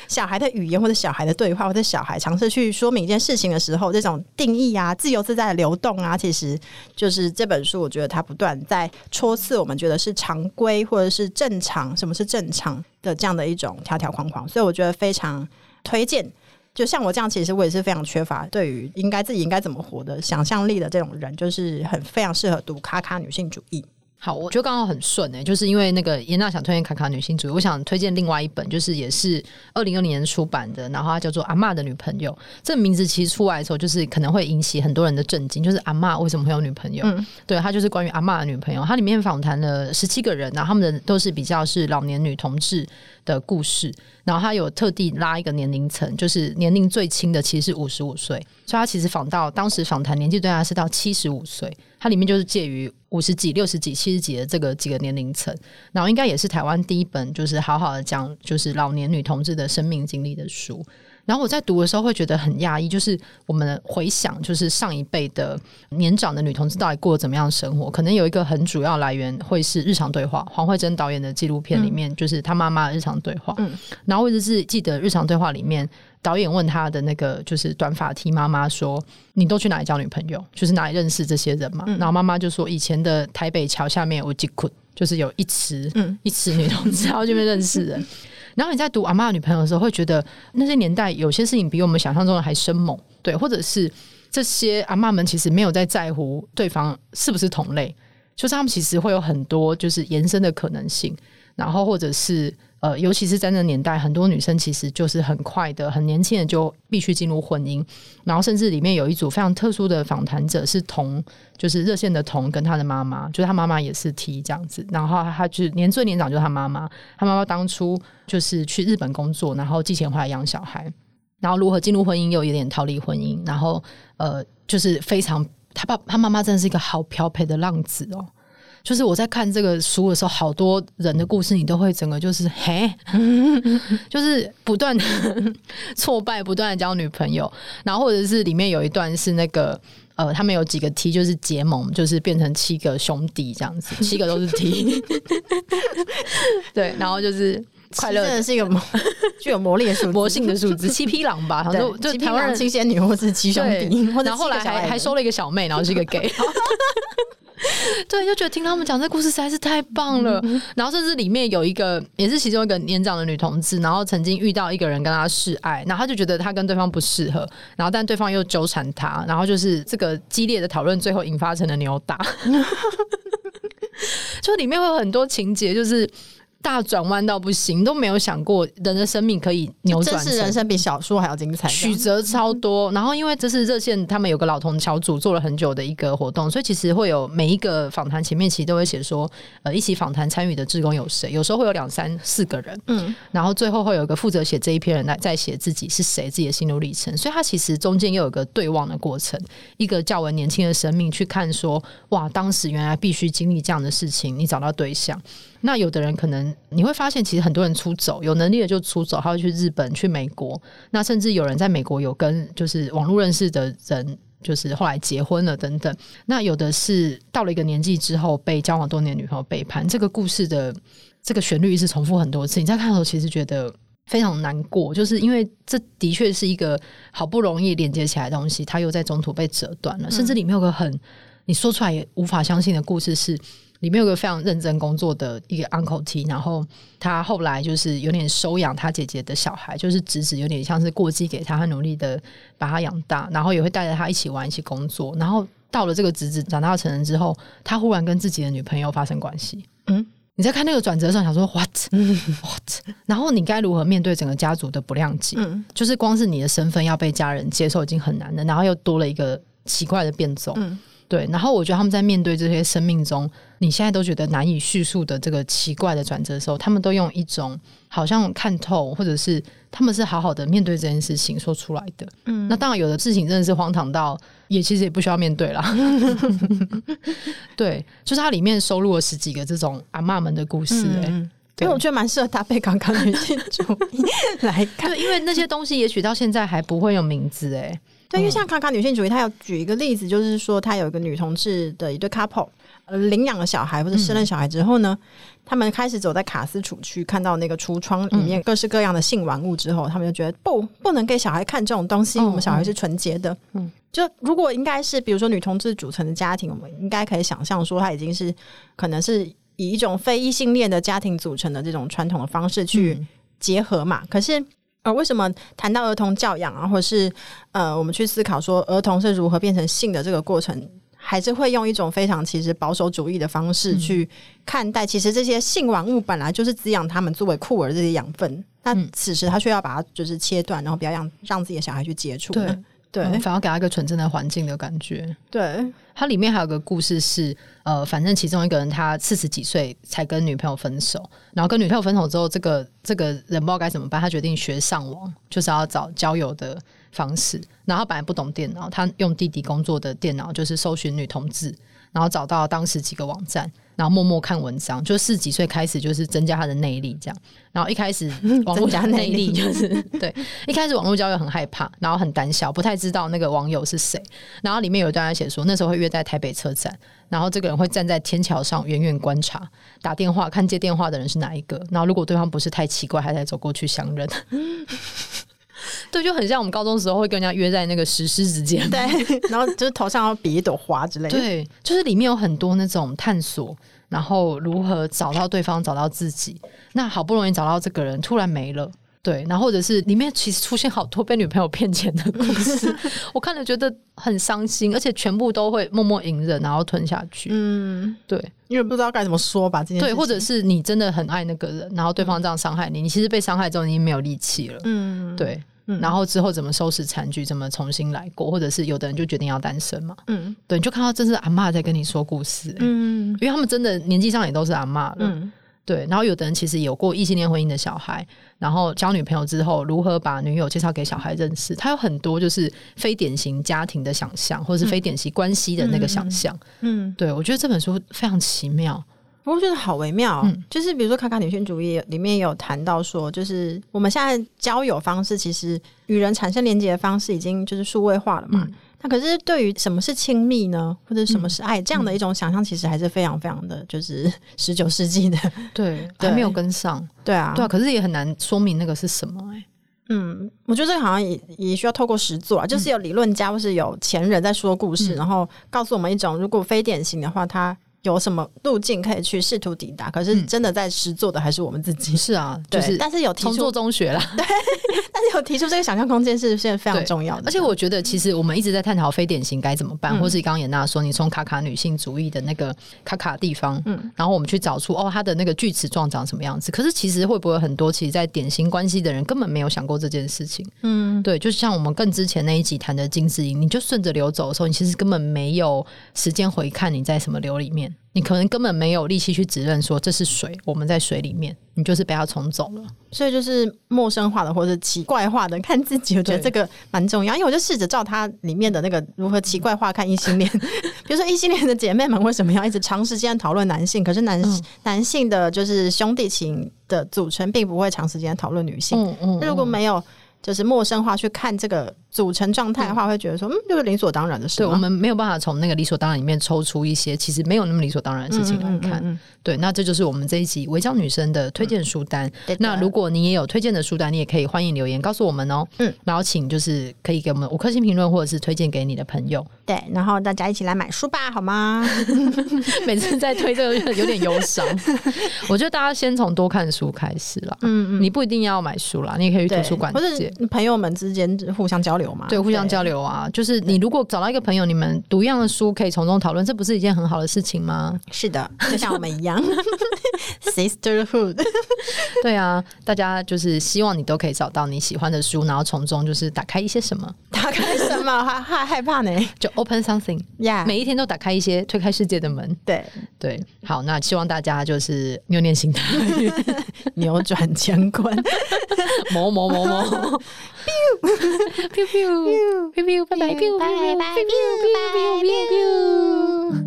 S4: 小孩的语言或者小孩的对话或者小孩尝试去说明一件事情的时候，这种定义啊、自由自在的流动啊，其实就是这本书我觉得它不断在戳刺我们觉得是常规或者是正常，什么是正常的这样的一种条条框框。所以我觉得非常推荐就像我这样，其实我也是非常缺乏对于应该自己应该怎么活的想象力的这种人，就是很非常适合读卡卡女性主义。
S3: 好，我觉得刚好很顺哎、就是因为那个严娜想推荐《卡卡女性主义》，我想推荐另外一本，就是也是二零二零年出版的，然后它叫做《阿嬷的女朋友》。这名字其实出来的时候，就是可能会引起很多人的震惊，就是阿嬷为什么会有女朋友？
S4: 嗯
S3: 对，它就是关于阿嬷的女朋友。它里面访谈了十七个人，然后他们的都是比较是老年女同志的故事，然后它有特地拉一个年龄层，就是年龄最轻的其实是五十五岁，所以它其实访到当时访谈年纪最大的是到七十五岁。它里面就是介于五十几、六十几、七十几的这个几个年龄层，然后应该也是台湾第一本就是好好的讲就是老年女同志的生命经历的书。然后我在读的时候会觉得很压抑，就是我们回想就是上一辈的年长的女同志到底过得怎么样的生活，可能有一个很主要来源会是日常对话，黄慧珍导演的纪录片里面、就是她妈妈的日常对话。
S4: 嗯
S3: 然后我一直是记得日常对话里面，导演问他的那个就是短发 T 妈妈说：“你都去哪里交女朋友？就是哪里认识这些人
S4: 嗯
S3: 嘛？”然后妈妈就说：“以前的台北桥下面有几捆，就是有一池，
S4: 嗯
S3: 一池女同志，然后这边认识人。”然后你在读阿嬷的女朋友的时候，会觉得那些年代有些事情比我们想象中的还生猛，对，或者是这些阿嬷们其实没有在在乎对方是不是同类，就是他们其实会有很多就是延伸的可能性，然后或者是呃，尤其是在那年代，很多女生其实就是很快的、很年轻的就必须进入婚姻，然后甚至里面有一组非常特殊的访谈者是童，就是热线的童跟他的妈妈，就是他妈妈也是 T 这样子，然后他就是年最年长就是他妈妈，他妈妈当初就是去日本工作，然后寄钱回来养小孩，然后如何进入婚姻，又有点逃离婚姻，然后呃，就是非常他爸他妈妈真的是一个好漂培的浪子哦。就是我在看这个书的时候，好多人的故事，你都会整个 就是嘿，就是不断的挫败，不断的交女朋友，然后或者是里面有一段是那个呃，他们有几个 T 就是结盟，就是变成七个兄弟这样子， 七个都是 T，对，然后就是快乐
S4: 真
S3: 的
S4: 的是一个魔 具有魔力的数字，
S3: 魔性的数字，七匹狼吧，好像就
S4: 对，
S3: 就
S4: 七匹
S3: 台湾
S4: 狼
S3: 人
S4: 七仙女或是七兄弟，
S3: 对
S4: 或者
S3: 然后后来还还收
S4: 说
S3: 了一个小妹，然后是一个 gay。对，就觉得听他们讲这故事实在是太棒了。然后甚至里面有一个，也是其中一个年长的女同志，然后曾经遇到一个人跟她示爱，然后她就觉得她跟对方不适合，然后但对方又纠缠她，然后就是这个激烈的讨论最后引发成了扭 打。就里面会有很多情节，就是大转弯到不行，都没有想过人的生命可以扭
S4: 真
S3: 转
S4: 是
S3: 成
S4: 人生比小说还要精彩。嗯
S3: 曲折超多。然后因为这是热线，他们有个老同小组做了很久的一个活动，所以其实会有每一个访谈前面其实都会写说，呃，一起访谈参与的志工有谁，有时候会有两三四个人，
S4: 嗯，
S3: 然后最后会有一个负责写这一篇人来再写自己是谁自己的心路历程，所以他其实中间又有个对望的过程，一个较为年轻的生命去看说，哇，当时原来必须经历这样的事情，你找到对象。那有的人可能你会发现，其实很多人出走，有能力的就出走，他会去日本、去美国，那甚至有人在美国有跟就是网络认识的人。就是后来结婚了等等，那有的是到了一个年纪之后被交往多年的女朋友背叛，这个故事的这个旋律一直重复很多次。你在看的时候，其实觉得非常难过，就是因为这的确是一个好不容易连接起来的东西，它又在中途被折断了，甚至里面有个很你说出来也无法相信的故事是。里面有个非常认真工作的一个 uncle T，然后他后来就是有点收养他姐姐的小孩，就是侄子，有点像是过继给他，他努力的把他养大，然后也会带着他一起玩，一起工作。然后到了这个侄子长大成人之后，他忽然跟自己的女朋友发生关系。
S4: 嗯
S3: 嗯，你在看那个转折的时候，想说 what what，然后你该如何面对整个家族的不谅解？
S4: 嗯
S3: 就是光是你的身份要被家人接受已经很难了，然后又多了一个奇怪的变种。
S4: 嗯
S3: 对，然后我觉得他们在面对这些生命中，你现在都觉得难以叙述的这个奇怪的转折的时候，他们都用一种好像看透，或者是他们是好好的面对这件事情说出来的。
S4: 嗯
S3: 那当然，有的事情真的是荒唐到也其实也不需要面 对啦。对，就是它里面收录了十几个这种阿嬷们的故事、欸，
S4: 嗯因
S3: 对
S4: 为我觉得蛮适合搭配 刚刚女性主义来看，
S3: 对，因为那些东西也许到现在还不会有名字、欸，
S4: 对，因为像康康女性主义，她有举一个例子，就是说她有一个女同志的一对 couple，呃，领养了小孩或者生了小孩之后呢，他们开始走在卡斯楚区，看到那个橱窗里面各式各样的性玩物之后，他们就觉得不不能给小孩看这种东西，
S3: 嗯
S4: 我们小孩是纯洁的。嗯
S3: 嗯，
S4: 就如果应该是比如说女同志组成的家庭，我们应该可以想象说，她已经是可能是以一种非异性恋的家庭组成的这种传统的方式去
S3: 嗯
S4: 结合嘛。可是。呃，为什么谈到儿童教养啊，或者是呃，我们去思考说儿童是如何变成性的这个过程，还是会用一种非常其实保守主义的方
S3: 嗯
S4: 式去看待。其实这些性玩物本来就是滋养他们作为酷儿这些养分，那
S3: 嗯
S4: 此时他却要把它就是切断，然后不要让让自己的小孩去接触
S3: 对
S4: 呢。对
S3: 嗯反而给他一个纯真的环境的感觉。
S4: 对
S3: 它里面还有个故事是，呃，反正其中一个人他四十几岁才跟女朋友分手，然后跟女朋友分手之后，这个这个人不知道该怎么办，他决定学上网，就是要找交友的方式。然后他本来不懂电脑，他用弟弟工作的电脑就是搜寻女同志，然后找到当时几个网站，然后默默看文章，就四十几岁开始就是增加他的内力这样。然后一开始网络
S4: 增加
S3: 内
S4: 内力
S3: 力就是 对，一开始网络交友很害怕，然后很胆小，不太知道那个网友是谁。然后里面有一段在写说，那时候会约在台北车站，然后这个人会站在天桥上远远观察，打电话看接电话的人是哪一个，然后如果对方不是太奇怪，还得走过去相认。 对，就很像我们高中时候会跟人家约在那个石狮子间。
S4: 对， 然后就是头上要比一朵花之类的。
S3: 对，就是里面有很多那种探索，然后如何找到对方，找到自己。那好不容易找到这个人，突然没了。对，然后或者是里面其实出现好多被女朋友骗钱的故 事，我看了觉得很伤心，而且全部都会默默隐忍，然后吞下去。
S4: 嗯，
S3: 对
S4: 因为不知道该怎么说吧，这件事
S3: 对，
S4: 情
S3: 或者是你真的很爱那个人，然后对方这样伤害你，你其实被伤害之后你已经没有力气了。
S4: 嗯，
S3: 对，
S4: 嗯
S3: 然后之后怎么收拾残局，怎么重新来过，或者是有的人就决定要单身嘛。
S4: 嗯
S3: 对，你就看到真是阿嬷在跟你说故事、欸
S4: 嗯
S3: 因为他们真的年纪上也都是阿嬷了，
S4: 嗯
S3: 对。然后有的人其实有过异性恋婚姻的小孩，然后交女朋友之后，如何把女友介绍给小孩认识，他有很多就是非典型家庭的想象，或是非典型关系的那个想象。
S4: 嗯，
S3: 对我觉得这本书非常奇妙，
S4: 不过就是好微妙哦、
S3: 嗯
S4: 就是比如说卡卡女性主义里面也有谈到说，就是我们现在交友方式其实与人产生连接的方式已经就是数位化了嘛。
S3: 嗯
S4: 那可是对于什么是亲密呢，或者什么是爱、这
S3: 嗯
S4: 样的一种想象，其实还是非常非常的，就是 十九世纪的，
S3: 对，
S4: 对
S3: 还没有跟上，
S4: 对啊，
S3: 对啊，可是也很难说明那个是什么、欸，
S4: 嗯，我觉得这个好像也也需要透过实作啊，就是有理论家或是有前人在说故
S3: 嗯
S4: 事，然后告诉我们一种如果非典型的话，它有什么路径可以去试图抵达。可是
S3: 嗯
S4: 真的在实作的还是我们自己，
S3: 是啊， 就
S4: 对
S3: 是
S4: 但是有提
S3: 重
S4: 出
S3: 做，中学啦。
S4: 但是有提出这个想象空间是是非常
S3: 对
S4: 重要的。
S3: 而且我觉得，其实我们一直在探讨非典型该怎么办，
S4: 嗯
S3: 或是刚刚也娜说，你从卡卡女性主义的那个卡卡地方，
S4: 嗯
S3: 然后我们去找出哦，他的那个锯齿状长什么样子。可是其实会不会很多，其实，在典型关系的人根本没有想过这件事情。
S4: 嗯
S3: 对，就像我们更之前那一集谈的金智英，你就顺着流走的时候，你其实根本没有时间回看你在什么流里面，你可能根本没有力气去指认说这是水，我们在水里面，你就是被它冲走了。
S4: 所以就是陌生化的或者奇怪化的看自己，我觉得
S3: 对
S4: 这个蛮重要。因为我就试着照它里面的那个如何奇怪化看异 性恋，比如说异性恋的姐妹们为什么要一直长时间讨论男性，可是男、
S3: 嗯
S4: 男性的就是兄弟情的组成并不会长时间讨论女性。
S3: 嗯嗯
S4: 那如果没有就是陌生化去看这个组成状态的话，会觉得说，嗯，就是理所当然的事
S3: 对，
S4: 嘛。
S3: 我们没有办法从那个理所当然里面抽出一些其实没有那么理所当然的事情来
S4: 嗯嗯嗯
S3: 看。
S4: 嗯
S3: 对，那这就是我们这一集《围剿女生》的推荐书单。
S4: 对的
S3: 那如果你也有推荐的书单，你也可以欢迎留言告诉我们哦。
S4: 嗯，
S3: 然后请就是可以给我们五颗星评论，或者是推荐给你的朋 友。
S4: 对，然后大家一起来买书吧，好吗？
S3: 每次在推这个有点忧 伤。我觉得大家先从多看书开始啦。
S4: 嗯嗯，
S3: 你不一定要买书啦，你也可以去
S4: 对
S3: 图书馆
S4: 或
S3: 借。
S4: 者啊朋友们之间互相交流嘛，
S3: 对，互相交流啊，就是你如果找到一个朋友，你们读一样的书，可以从中讨论，这不是一件很好的事情吗？
S4: 是的，就像我们一样 ，sisterhood。
S3: 对啊，大家就是希望你都可以找到你喜欢的书，然后从中就是打开一些什么，
S4: 打开什么？还还害怕呢？
S3: 就 open something，
S4: 呀、
S3: 每一天都打开一些，推开世界的门。
S4: 对，
S3: 对，好，那希望大家就是扭念心态，
S4: 扭转乾坤。
S3: 某某某某，biu biu biu biu biu，拜拜，biu biu biu biu biu biu biu。